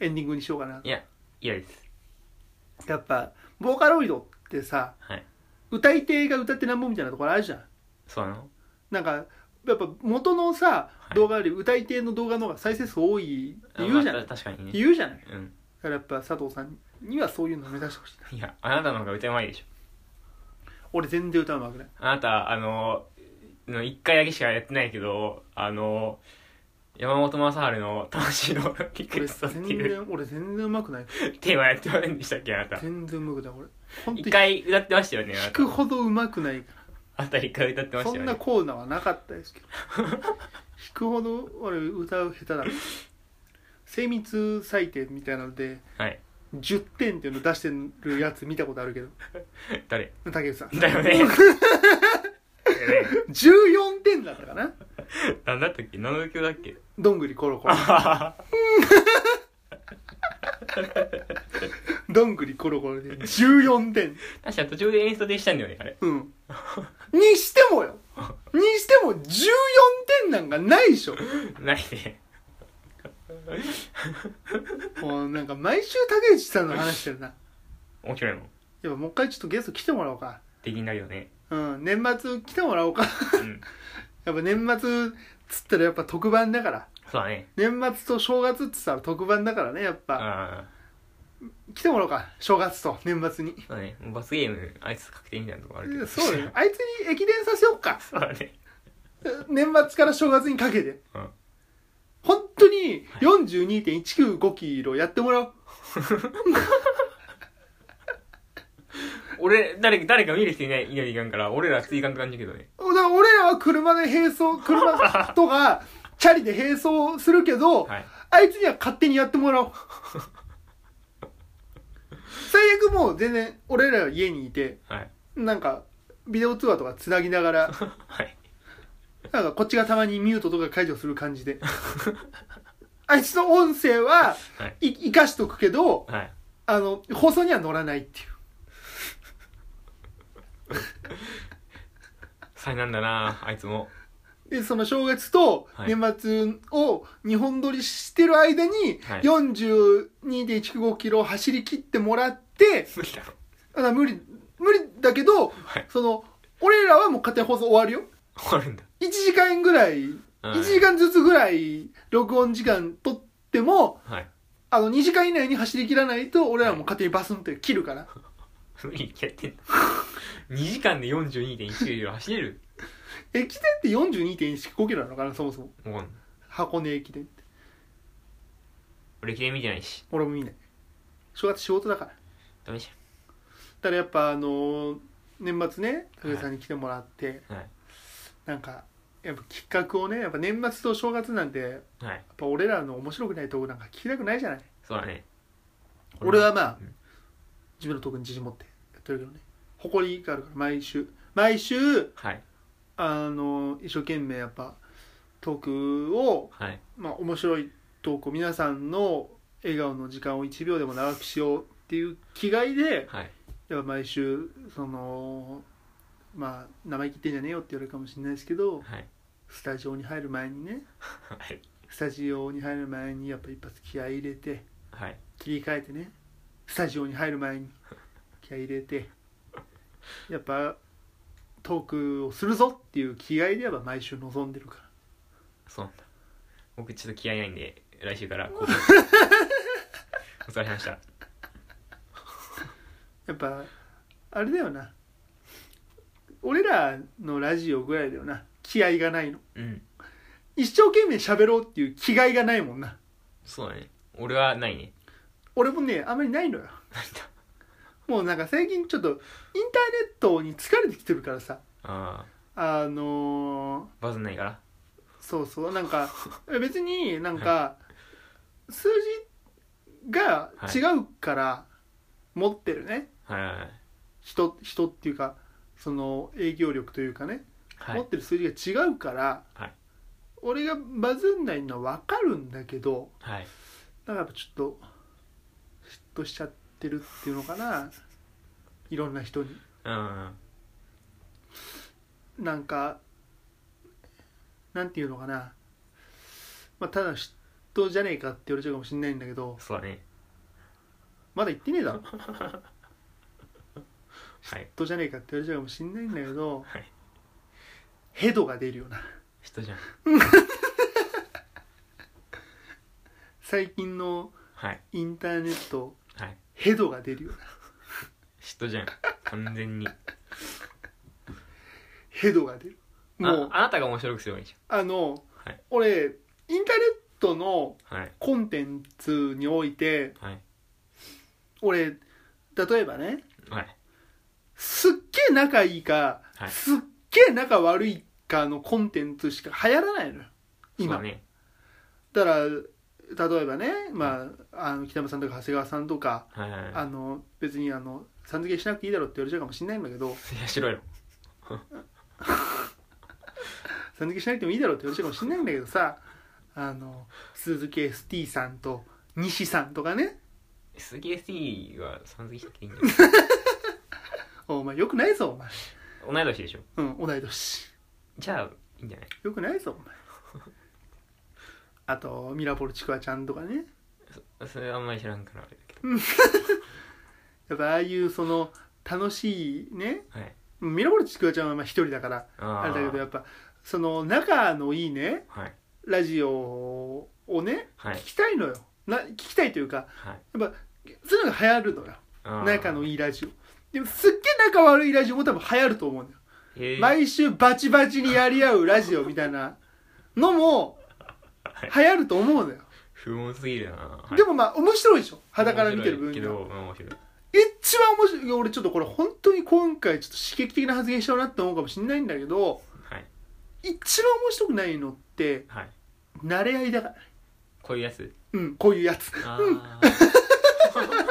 [SPEAKER 2] エンディングにしようかない
[SPEAKER 3] や嫌です
[SPEAKER 2] やっぱボーカロイドってさ
[SPEAKER 3] はい
[SPEAKER 2] 歌い手が歌ってなんぼみたいなところあるじゃん
[SPEAKER 3] そうなの
[SPEAKER 2] なんかやっぱ元のさ、
[SPEAKER 3] い
[SPEAKER 2] 動画より歌い手の動画の方が再生数多いって言うじゃ
[SPEAKER 3] あ
[SPEAKER 2] な
[SPEAKER 3] ま
[SPEAKER 2] い
[SPEAKER 3] あ確かにね
[SPEAKER 2] 言うじゃないだ
[SPEAKER 3] うん
[SPEAKER 2] からやっぱ佐藤さんにはそういうのを目指してほしいない
[SPEAKER 3] やあなたの方が歌うまいでしょ
[SPEAKER 2] 俺全然歌うまくない
[SPEAKER 3] あなたあのの一回だけしかやってないけどあの山本雅治の「魂のリ クエ
[SPEAKER 2] 俺
[SPEAKER 3] スト」って
[SPEAKER 2] 全
[SPEAKER 3] いう
[SPEAKER 2] 然俺全然うまくない
[SPEAKER 3] テーマやってませんでしたっけあなた
[SPEAKER 2] 全然うまくない俺本当
[SPEAKER 3] 一
[SPEAKER 2] に
[SPEAKER 3] 回歌ってましたよねあな
[SPEAKER 2] 弾
[SPEAKER 3] た
[SPEAKER 2] くほどうまくないか
[SPEAKER 3] あなた一回歌って
[SPEAKER 2] ら
[SPEAKER 3] まし
[SPEAKER 2] そ
[SPEAKER 3] たよ
[SPEAKER 2] ん
[SPEAKER 3] ね
[SPEAKER 2] なコーナーはなかっ たですけど弾くほど俺歌う下手だから精密採点みたいなので
[SPEAKER 3] はい
[SPEAKER 2] 10点っていうの出してるやつ見たことあるけど
[SPEAKER 3] 誰
[SPEAKER 2] 竹内さん
[SPEAKER 3] だよね
[SPEAKER 2] 14点だったかな
[SPEAKER 3] 何だったっけ何の曲だっけ
[SPEAKER 2] どんぐりころころどんぐりころころで14点
[SPEAKER 3] 確か途中で演奏でしたんだよねあれ
[SPEAKER 2] うんにしてもよにしても14点なんかないでしょ
[SPEAKER 3] ないね
[SPEAKER 2] もうなんか毎週竹内さんの話してるな
[SPEAKER 3] 面白いもん
[SPEAKER 2] やっぱもう一回ちょっとゲスト来てもらおうか
[SPEAKER 3] できないよね
[SPEAKER 2] うん、年末来てもらおうか。
[SPEAKER 3] うん
[SPEAKER 2] やっぱ年末っつったらやっぱ特番だから。
[SPEAKER 3] そうだね
[SPEAKER 2] 年末と正月っつったら特番だからね、やっぱ。
[SPEAKER 3] ああ
[SPEAKER 2] 来てもらおうか。正月と年末に。
[SPEAKER 3] そうだねもう罰ゲームあいつ確定みたいなとこあるけど
[SPEAKER 2] そうだね。あいつに駅伝させようか。
[SPEAKER 3] そうだね
[SPEAKER 2] 年末から正月にかけて。
[SPEAKER 3] うん
[SPEAKER 2] 本当に42.195キロやってもらおう。
[SPEAKER 3] 俺誰誰か見る人いないいないいかんから俺らついかん感じけどね
[SPEAKER 2] だから俺らは車で並走、車と か、チャリで並走するけど、
[SPEAKER 3] はい
[SPEAKER 2] あいつには勝手にやってもらおう。最悪もう全然、俺らは家にいて、
[SPEAKER 3] はい
[SPEAKER 2] なんか、ビデオ通話とかつなぎながら、
[SPEAKER 3] はい
[SPEAKER 2] なんかこっちがたまにミュートとか解除する感 じで。あいつの音声は、
[SPEAKER 3] はい
[SPEAKER 2] い生かしとくけど、
[SPEAKER 3] はい
[SPEAKER 2] あの、放送には乗らないっていう。
[SPEAKER 3] 災難だなあいつも
[SPEAKER 2] で、その正月と
[SPEAKER 3] はい
[SPEAKER 2] 年末を日本撮りしてる間に、
[SPEAKER 3] はい
[SPEAKER 2] 42.195キロを走り切ってもらって、
[SPEAKER 3] 無理だろ
[SPEAKER 2] あ無理、無理だけど、
[SPEAKER 3] はい
[SPEAKER 2] その、俺らはもう家庭放送終わるよ。
[SPEAKER 3] 終わるんだ
[SPEAKER 2] 1時間ぐらい、
[SPEAKER 3] はい
[SPEAKER 2] 1時間ずつぐらい録音時間取っても、
[SPEAKER 3] はい
[SPEAKER 2] あの、2時間以内に走り切らないと、俺らも勝手にバスンって切るから。
[SPEAKER 3] 無理に決まってんだ2時間で42.1キロ走れる
[SPEAKER 2] 駅伝って42.195キロなのかな、そもそも。
[SPEAKER 3] もう
[SPEAKER 2] 箱根駅伝って。
[SPEAKER 3] 俺記念見てないし
[SPEAKER 2] 俺も見ない。正月仕事だから。
[SPEAKER 3] ダメじ
[SPEAKER 2] だからやっぱあのー年末ね武井さんに来てもらって、
[SPEAKER 3] ゃんはい
[SPEAKER 2] なんかやっぱ企画をねやっぱ年末と正月なんてやっ
[SPEAKER 3] はい
[SPEAKER 2] ぱ俺らの面白くないとこなんか聞きたくないじゃない
[SPEAKER 3] そうだね
[SPEAKER 2] 俺はまあ、
[SPEAKER 3] うん
[SPEAKER 2] 自分のとこに自信持ってやってるけどね誇りがあるから毎週毎週
[SPEAKER 3] はい
[SPEAKER 2] あのー一生懸命やっぱトークを、
[SPEAKER 3] はい
[SPEAKER 2] まあ、面白いトークを皆さんの笑顔の時間を1秒でも長くしようっていう気概で
[SPEAKER 3] はい
[SPEAKER 2] やっぱ毎週そのまあ生意気言ってんじゃねえよって言われるかもしれないですけど
[SPEAKER 3] はい
[SPEAKER 2] スタジオに入る前にね
[SPEAKER 3] はい
[SPEAKER 2] スタジオに入る前にやっぱ一発気合い入れて
[SPEAKER 3] はい
[SPEAKER 2] 切り替えてねスタジオに入る前に気合い入れてやっぱトークをするぞっていう気概でやっぱ毎週臨んでるから
[SPEAKER 3] そうなんだ僕ちょっと気合いないんで来週 からこうお疲れ様でした
[SPEAKER 2] やっぱあれだよな俺らのラジオぐらいだよな気合がないの
[SPEAKER 3] うん
[SPEAKER 2] 一生懸命喋ろうっていう気概がないもんな
[SPEAKER 3] そうだね俺はないね
[SPEAKER 2] 俺もねあんまりないのよ
[SPEAKER 3] ないんだ
[SPEAKER 2] もうなんか最近ちょっとインターネットに疲れてきてるからさ
[SPEAKER 3] ああ
[SPEAKER 2] あのー、
[SPEAKER 3] バズんないから
[SPEAKER 2] そうそうな んか別になんか数字が違うから持ってるね、
[SPEAKER 3] はいはい
[SPEAKER 2] 人人っていうかその営業力というかね、
[SPEAKER 3] はい
[SPEAKER 2] 持ってる数字が違うから、
[SPEAKER 3] はい
[SPEAKER 2] 俺がバズんないのは分かるんだけど
[SPEAKER 3] はい
[SPEAKER 2] だからやっぱちょっと嫉妬しちゃってるっていうのかないろんな人に。
[SPEAKER 3] うん
[SPEAKER 2] なんかなんていうのかな、まあ、ただ嫉妬じゃねえかって言われちゃうかもしれないんだけど
[SPEAKER 3] そうだね
[SPEAKER 2] まだ言ってねえだろ嫉
[SPEAKER 3] はい
[SPEAKER 2] 妬じゃねえかって言われちゃうかもしれないんだけど
[SPEAKER 3] はい
[SPEAKER 2] ヘドが出るような
[SPEAKER 3] 人じゃん
[SPEAKER 2] 最近の
[SPEAKER 3] はい
[SPEAKER 2] インターネット
[SPEAKER 3] はい
[SPEAKER 2] ヘドが出るような
[SPEAKER 3] 人じゃん完全に
[SPEAKER 2] ヘドが出る も
[SPEAKER 3] あ
[SPEAKER 2] うあ
[SPEAKER 3] あなたが面白くすればいいじ
[SPEAKER 2] の、
[SPEAKER 3] はい
[SPEAKER 2] 俺インターネットの
[SPEAKER 3] ゃんはい
[SPEAKER 2] コンテンツにおいて
[SPEAKER 3] はい
[SPEAKER 2] 俺例えばね
[SPEAKER 3] はい
[SPEAKER 2] すっげえ仲いいか、
[SPEAKER 3] はい
[SPEAKER 2] すっげえ仲悪いかのコンテンツしか流行らないのよ
[SPEAKER 3] そう
[SPEAKER 2] 今
[SPEAKER 3] だね
[SPEAKER 2] だから例えばね、まあ、あの北山さんとか長谷川さんとか、
[SPEAKER 3] はいはいはい
[SPEAKER 2] あの別にあのさん付けしなくていいだろうって言われちゃうかもしれないんだけど
[SPEAKER 3] いやしろよ
[SPEAKER 2] さん付けしなくてもいいだろうって言われちゃうかもしれないんだけどさあの鈴木 ST さんと西さんとかね
[SPEAKER 3] SKST はさん付けしていいんじゃ
[SPEAKER 2] お前よくないぞお
[SPEAKER 3] な
[SPEAKER 2] 前、
[SPEAKER 3] い同い年でしょ
[SPEAKER 2] うん、同い年
[SPEAKER 3] じゃあいいんじゃない
[SPEAKER 2] よくないぞお 前あとミラポルちくわちゃんとかね
[SPEAKER 3] そそれあんまり知らんからあれだけど
[SPEAKER 2] やっぱああいうその楽しいね
[SPEAKER 3] はい
[SPEAKER 2] ミラモルチちくわちゃんはまあ一人だから
[SPEAKER 3] あ
[SPEAKER 2] あれだけどや
[SPEAKER 3] っ
[SPEAKER 2] っぱその仲のいいね
[SPEAKER 3] ぱはい
[SPEAKER 2] ラジオをね
[SPEAKER 3] はい
[SPEAKER 2] 聞きたいのよな聞きたいというか
[SPEAKER 3] はい
[SPEAKER 2] やっぱそういうのが流行るのよ
[SPEAKER 3] あー
[SPEAKER 2] 仲のいいラジオでもすっげえ仲悪いラジオも多分流行ると思うんだよ
[SPEAKER 3] へえ
[SPEAKER 2] 毎週バチバチにやり合うラジオみたいなのも流行ると思うのよ、
[SPEAKER 3] 不毛すぎるな、はい
[SPEAKER 2] でもまあ面白いでしょ肌から見てる分
[SPEAKER 3] 面白いけ
[SPEAKER 2] には
[SPEAKER 3] ど、まあ面白い
[SPEAKER 2] 一番面白い俺ちょっとこれ本当に今回ちょっと刺激的な発言しちゃうなって思うかもしれないんだけど
[SPEAKER 3] はい
[SPEAKER 2] 一番面白くないのって
[SPEAKER 3] はい
[SPEAKER 2] 慣れ合いだから
[SPEAKER 3] こういうやつ
[SPEAKER 2] うんこういうやつ
[SPEAKER 3] あー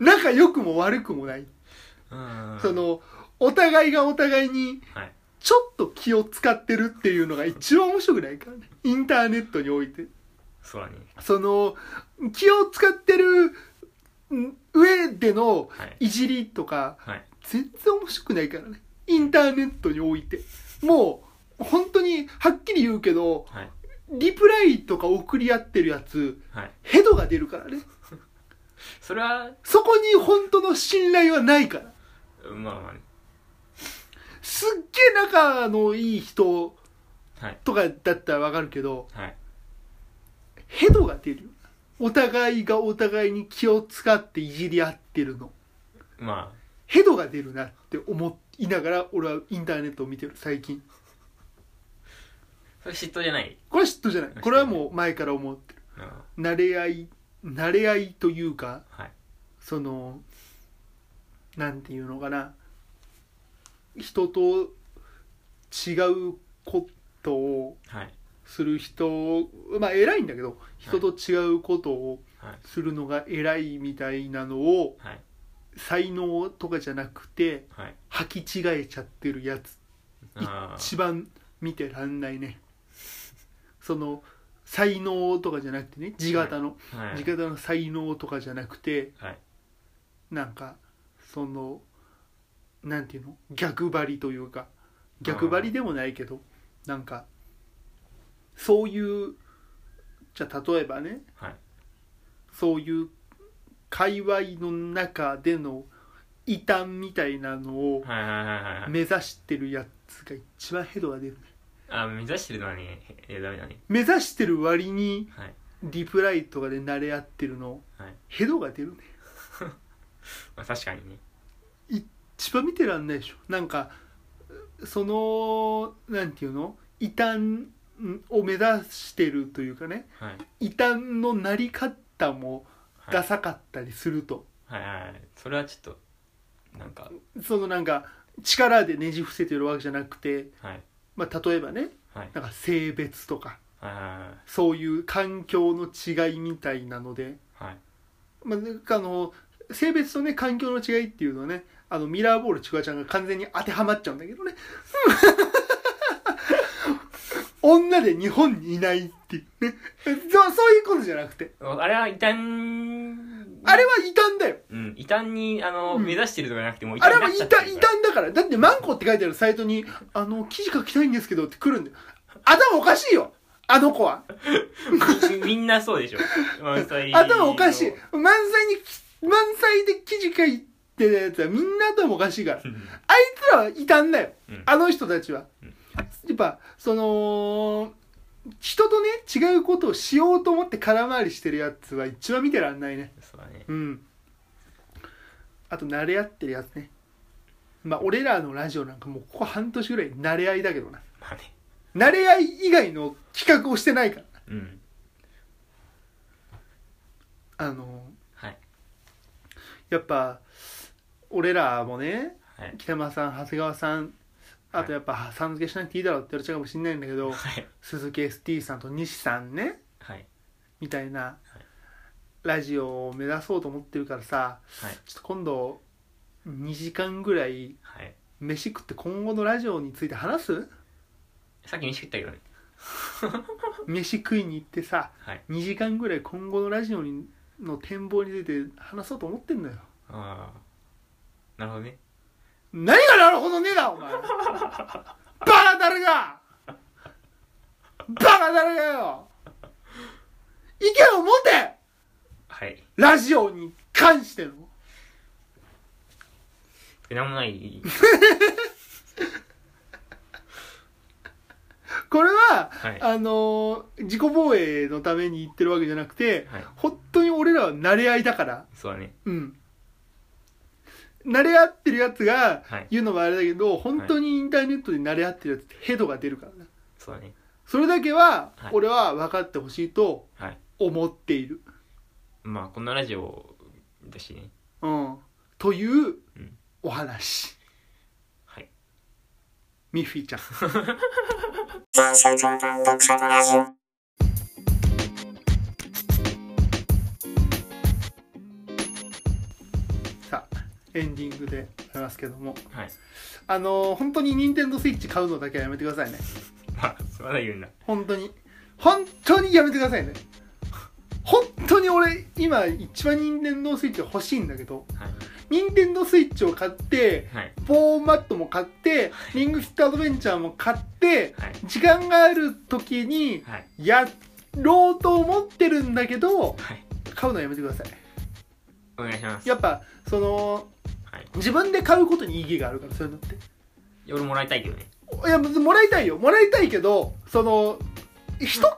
[SPEAKER 2] 仲良くも悪くもない、
[SPEAKER 3] うん
[SPEAKER 2] そのお互いがお互いに
[SPEAKER 3] はい
[SPEAKER 2] ちょっと気を使ってるっていうのが一番面白くないからねインターネットにおいて
[SPEAKER 3] そうだね
[SPEAKER 2] その気を使ってるん上での
[SPEAKER 3] はい
[SPEAKER 2] いじりとか
[SPEAKER 3] はい
[SPEAKER 2] 全然面白くないからねインターネットにおいてもう本当にはっきり言うけど
[SPEAKER 3] はい
[SPEAKER 2] リプライとか送り合ってるやつ
[SPEAKER 3] はい
[SPEAKER 2] ヘドが出るからね
[SPEAKER 3] それは
[SPEAKER 2] そこに本当の信頼はないから
[SPEAKER 3] うんまあまあね
[SPEAKER 2] すっげえ仲のいい人
[SPEAKER 3] はい
[SPEAKER 2] とかだったらわかるけど
[SPEAKER 3] はい
[SPEAKER 2] ヘドが出るよお互いがお互いに気を使っていじり合ってるの
[SPEAKER 3] ま
[SPEAKER 2] ヘドが出るなって思いながら俺はインターネットを見てる最近
[SPEAKER 3] あそれ嫉妬じゃない
[SPEAKER 2] これは嫉妬じゃないこれはもう前から思ってる
[SPEAKER 3] うん
[SPEAKER 2] 慣れ合い慣れ合いというか
[SPEAKER 3] はい
[SPEAKER 2] そのなんていうのかな人と違うことを
[SPEAKER 3] はい
[SPEAKER 2] する人まあ偉いんだけど人と違うことを
[SPEAKER 3] はい
[SPEAKER 2] するのが偉いみたいなのを
[SPEAKER 3] はい
[SPEAKER 2] 才能とかじゃなくて
[SPEAKER 3] はい
[SPEAKER 2] 履き違えちゃってるやつ
[SPEAKER 3] あー
[SPEAKER 2] 一番見てらんないねその才能とかじゃなくてね地形の
[SPEAKER 3] はい
[SPEAKER 2] 地方の才能とかじゃなくて
[SPEAKER 3] はい
[SPEAKER 2] なんかそのなんていうの逆張りというか逆張りでもないけどなんかそういうじゃあ例えばね
[SPEAKER 3] はい
[SPEAKER 2] そういう界隈の中での異端みたいなのを
[SPEAKER 3] はいはいはいはいはい
[SPEAKER 2] 目指してるやつが一番ヘドが出る
[SPEAKER 3] あ目指してるのはねいやダメだね
[SPEAKER 2] 目指してる割に
[SPEAKER 3] はい
[SPEAKER 2] リプライとかで慣れ合ってるの
[SPEAKER 3] はい
[SPEAKER 2] ヘドが出るね
[SPEAKER 3] まあ確かにね
[SPEAKER 2] 一番見てらんないでしょなんかそのなんていうの異端を目指してるというかね
[SPEAKER 3] はい
[SPEAKER 2] 異端のなり方も
[SPEAKER 3] はい
[SPEAKER 2] ダサかったりすると、
[SPEAKER 3] はいはいはいそれはちょっとなんか
[SPEAKER 2] そのなんか力でねじ伏せてるわけじゃなくて、
[SPEAKER 3] はい
[SPEAKER 2] まあ、例えばね
[SPEAKER 3] はい
[SPEAKER 2] なんか性別とか
[SPEAKER 3] はいは
[SPEAKER 2] そういう環境の違いみたいなので、
[SPEAKER 3] いはい
[SPEAKER 2] まあ、なんかあの性別とね環境の違いっていうのはねあのミラーボールちくわちゃんが完全に当てはまっちゃうんだけどね 女で日本にいないっていうねそうそういうことじゃなくて
[SPEAKER 3] あれは異端
[SPEAKER 2] あれは異端だよ
[SPEAKER 3] うん異端にあの、
[SPEAKER 2] うん
[SPEAKER 3] 目指してるとかじゃなくてもう
[SPEAKER 2] あれ
[SPEAKER 3] に
[SPEAKER 2] は
[SPEAKER 3] なっ
[SPEAKER 2] 異
[SPEAKER 3] ちゃ
[SPEAKER 2] 端
[SPEAKER 3] って
[SPEAKER 2] 異
[SPEAKER 3] る
[SPEAKER 2] 端
[SPEAKER 3] から
[SPEAKER 2] だからだってマンコって書いてあるサイトに「あの記事書きたいんですけど」って来るんだよ頭おかしいよあの子は
[SPEAKER 3] み みんなそうでしょ満載
[SPEAKER 2] 頭おかしい満載に満載で記事書いてたやつはみんな頭おかしいから
[SPEAKER 3] うん
[SPEAKER 2] あいつらは異端だよ、
[SPEAKER 3] うん
[SPEAKER 2] あの人たちは、
[SPEAKER 3] うん
[SPEAKER 2] やっぱその人とね違うことをしようと思って空回りしてるやつは一番見てらんないね
[SPEAKER 3] そうだね
[SPEAKER 2] うんあと慣れ合ってるやつねまあ俺らのラジオなんかもうここ半年ぐらい慣れ合いだけどな
[SPEAKER 3] まあね
[SPEAKER 2] 慣れ合い以外の企画をしてないから
[SPEAKER 3] うん
[SPEAKER 2] あの
[SPEAKER 3] はい
[SPEAKER 2] やっぱ俺らもね
[SPEAKER 3] はい
[SPEAKER 2] 北村さん長谷川さんあとやっぱさん付けしなくていいだろうって言われちゃうかもしれないんだけど
[SPEAKER 3] はい
[SPEAKER 2] 鈴木 ST さんと西さんね
[SPEAKER 3] はい
[SPEAKER 2] みたいなラジオを目指そうと思ってるからさ
[SPEAKER 3] はい
[SPEAKER 2] ちょっと今度2時間ぐらい
[SPEAKER 3] はい
[SPEAKER 2] 飯食って今後のラジオについて話す
[SPEAKER 3] さっき飯食ったけどね
[SPEAKER 2] 飯食いに行ってさ
[SPEAKER 3] はい
[SPEAKER 2] 2時間ぐらい今後のラジオにの展望について話そうと思ってんのよ
[SPEAKER 3] ああなるほどね
[SPEAKER 2] 何がなるほどねえだお前バカ誰がバカ誰がよ意見を持て
[SPEAKER 3] はい
[SPEAKER 2] ラジオに関しての
[SPEAKER 3] なんもない
[SPEAKER 2] これは、
[SPEAKER 3] はい
[SPEAKER 2] あのー自己防衛のために言ってるわけじゃなくて、
[SPEAKER 3] はい
[SPEAKER 2] 本当に俺らは慣れ合いだから
[SPEAKER 3] そうだね
[SPEAKER 2] うん慣れ合ってるやつが
[SPEAKER 3] はい
[SPEAKER 2] 言うのもあれだけど、本当にインターネットで慣れ合ってるやつってヘドが出るからな
[SPEAKER 3] そうだね
[SPEAKER 2] それだけは
[SPEAKER 3] はい
[SPEAKER 2] 俺は分かってほしいと
[SPEAKER 3] はい
[SPEAKER 2] 思っている、
[SPEAKER 3] まあこんなラジオだしね
[SPEAKER 2] うん、という
[SPEAKER 3] うん
[SPEAKER 2] お話
[SPEAKER 3] はい
[SPEAKER 2] ミッフィーちゃんさあエンディングでありますけども
[SPEAKER 3] はい
[SPEAKER 2] あのー本当に任天堂スイッチ買うのだけはやめてくださいね
[SPEAKER 3] まあまだ言うんだ
[SPEAKER 2] 本当に本当にやめてくださいね本当に俺今一番任天堂スイッチが欲しいんだけど
[SPEAKER 3] はい
[SPEAKER 2] 任天堂スイッチを買って
[SPEAKER 3] はい
[SPEAKER 2] ボーンマットも買ってリングフィットアドベンチャーも買って
[SPEAKER 3] はい
[SPEAKER 2] 時間がある時に
[SPEAKER 3] はい
[SPEAKER 2] やろうと思ってるんだけど
[SPEAKER 3] はい
[SPEAKER 2] 買うのやめてください
[SPEAKER 3] お願いします
[SPEAKER 2] やっぱその
[SPEAKER 3] はい
[SPEAKER 2] 自分で買うことに意義があるからそういうのって
[SPEAKER 3] 俺もらいたいけどね
[SPEAKER 2] いやもらいたいよもらいたいけどその人か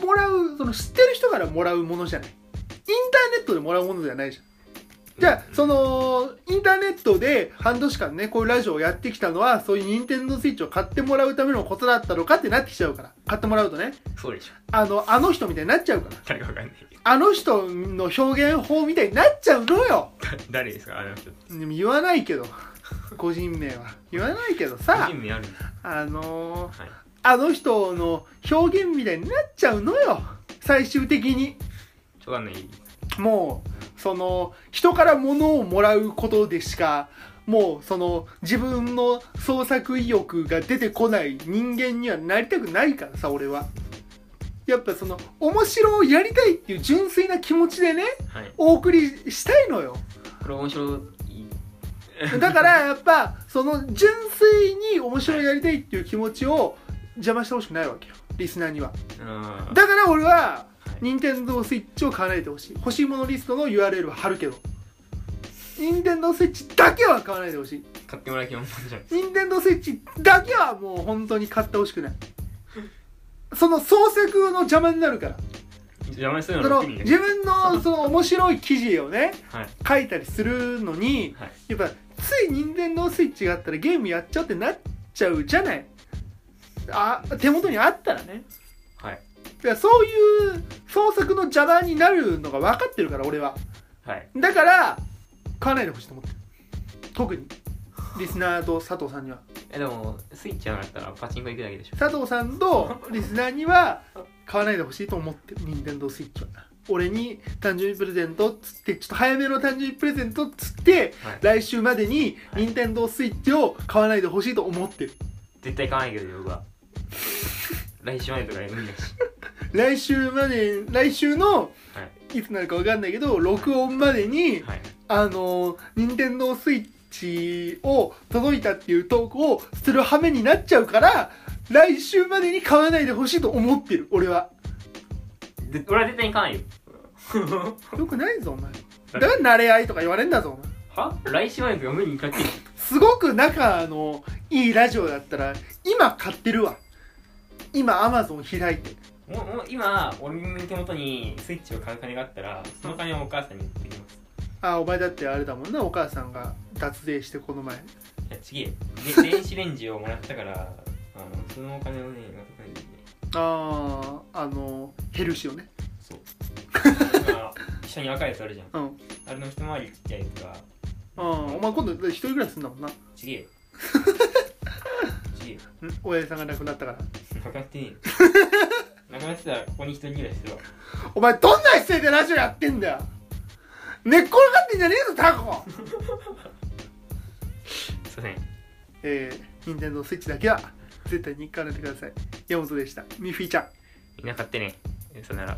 [SPEAKER 2] らもらうその知ってる人からもらうものじゃないインターネットでもらうものじゃないじゃんじゃあそのインターネットで半年間ねこういうラジオをやってきたのはそういう任天堂スイッチを買ってもらうためのことだったのかってなってきちゃうから買ってもらうとね
[SPEAKER 3] そうでしょ
[SPEAKER 2] あのあの人みたいになっちゃうから
[SPEAKER 3] 誰かわかんないけど
[SPEAKER 2] あの人の表現法みたいになっちゃうのよ
[SPEAKER 3] だ誰ですかあの人
[SPEAKER 2] でも言わないけど個人名は言わないけど
[SPEAKER 3] 個
[SPEAKER 2] さ
[SPEAKER 3] 人名あるんだ
[SPEAKER 2] あのー
[SPEAKER 3] はい
[SPEAKER 2] あの人の表現みたいになっちゃうのよ最終的に
[SPEAKER 3] わかんない
[SPEAKER 2] もうその人から物をもらうことでしかもうその自分の創作意欲が出てこない人間にはなりたくないからさ俺はやっぱその面白をやりたいっていう純粋な気持ちでね
[SPEAKER 3] はい
[SPEAKER 2] お送りしたいのよ
[SPEAKER 3] これ面白い
[SPEAKER 2] だからやっぱその純粋に面白いやりたいっていう気持ちを邪魔してほしくないわけよリスナーには
[SPEAKER 3] あー
[SPEAKER 2] だから俺は
[SPEAKER 3] はい
[SPEAKER 2] 任天堂スイッチを買わないでほしい欲しいものリストの URL は貼るけど任天堂スイッチだけは買わないでほしい
[SPEAKER 3] 買ってもらう気もんじゃない
[SPEAKER 2] 任天堂スイッチだけはもう本当に買ってほしくないその創作の邪魔になるから
[SPEAKER 3] 邪魔にする
[SPEAKER 2] そ
[SPEAKER 3] のは
[SPEAKER 2] の
[SPEAKER 3] 楽に
[SPEAKER 2] 自分のその面白い記事をね
[SPEAKER 3] はい
[SPEAKER 2] 書いたりするのに
[SPEAKER 3] はい
[SPEAKER 2] やっぱつい任天堂スイッチがあったらゲームやっちゃうってなっちゃうじゃないあ手元にあったらね
[SPEAKER 3] はい
[SPEAKER 2] いやそういう創作の邪魔になるのが分かってるから俺は
[SPEAKER 3] はい
[SPEAKER 2] だから買わないでほしいと思ってる特にリスナーと佐藤さんには
[SPEAKER 3] えでもスイッチなかったらパチンコ行くだけでしょ
[SPEAKER 2] 佐藤さんとリスナーには買わないでほしいと思ってる任天堂スイッチは俺に誕生日プレゼントっつってちょっと早めの誕生日プレゼントっつって
[SPEAKER 3] はい
[SPEAKER 2] 来週までに
[SPEAKER 3] はい
[SPEAKER 2] 任天堂スイッチを買わないでほしいと思ってる
[SPEAKER 3] 絶対買わないけど僕は来週までとか無理だし
[SPEAKER 2] 来週まで来週の
[SPEAKER 3] はい
[SPEAKER 2] いつになるか分かんないけど録音までに
[SPEAKER 3] はい
[SPEAKER 2] あの任天堂スイッチを届いたっていうトークをする羽目になっちゃうから来週までに買わないでほしいと思ってる俺は
[SPEAKER 3] で俺は絶対に買わないよ
[SPEAKER 2] よくないぞお前だから慣れ合いとか言われんだぞお前
[SPEAKER 3] は来週までとか無理に買っていい
[SPEAKER 2] すごく仲あのいいラジオだったら今買ってるわ今アマゾン開いて
[SPEAKER 3] もうもう今俺の手元にスイッチを買う金があったらその金をお母さんに言ってきます
[SPEAKER 2] あお前だってあれだもんなお母さんが脱税してこの前
[SPEAKER 3] いやちげえで電子レンジをもらったからあのそのお金をね渡さないといけない
[SPEAKER 2] あああのヘルシーをね
[SPEAKER 3] そう今一緒に赤いやつあるじゃん
[SPEAKER 2] うん
[SPEAKER 3] あれの一回りちっちゃいやつが
[SPEAKER 2] あーお前今度一人ぐらいすんだもんな
[SPEAKER 3] ちげえよ ちげえよ
[SPEAKER 2] ん親父さんが亡くなったから
[SPEAKER 3] なくなってねえよなくなってたらここに一人ぐらいするわ
[SPEAKER 2] お前どんな姿勢でラジオやってんだよ寝っ転がってんじゃねえぞタコ
[SPEAKER 3] すいません
[SPEAKER 2] えー、任天堂スイッチだけは絶対に買わないでください山本でしたミッフィーちゃん
[SPEAKER 3] みんな買ってねさよなら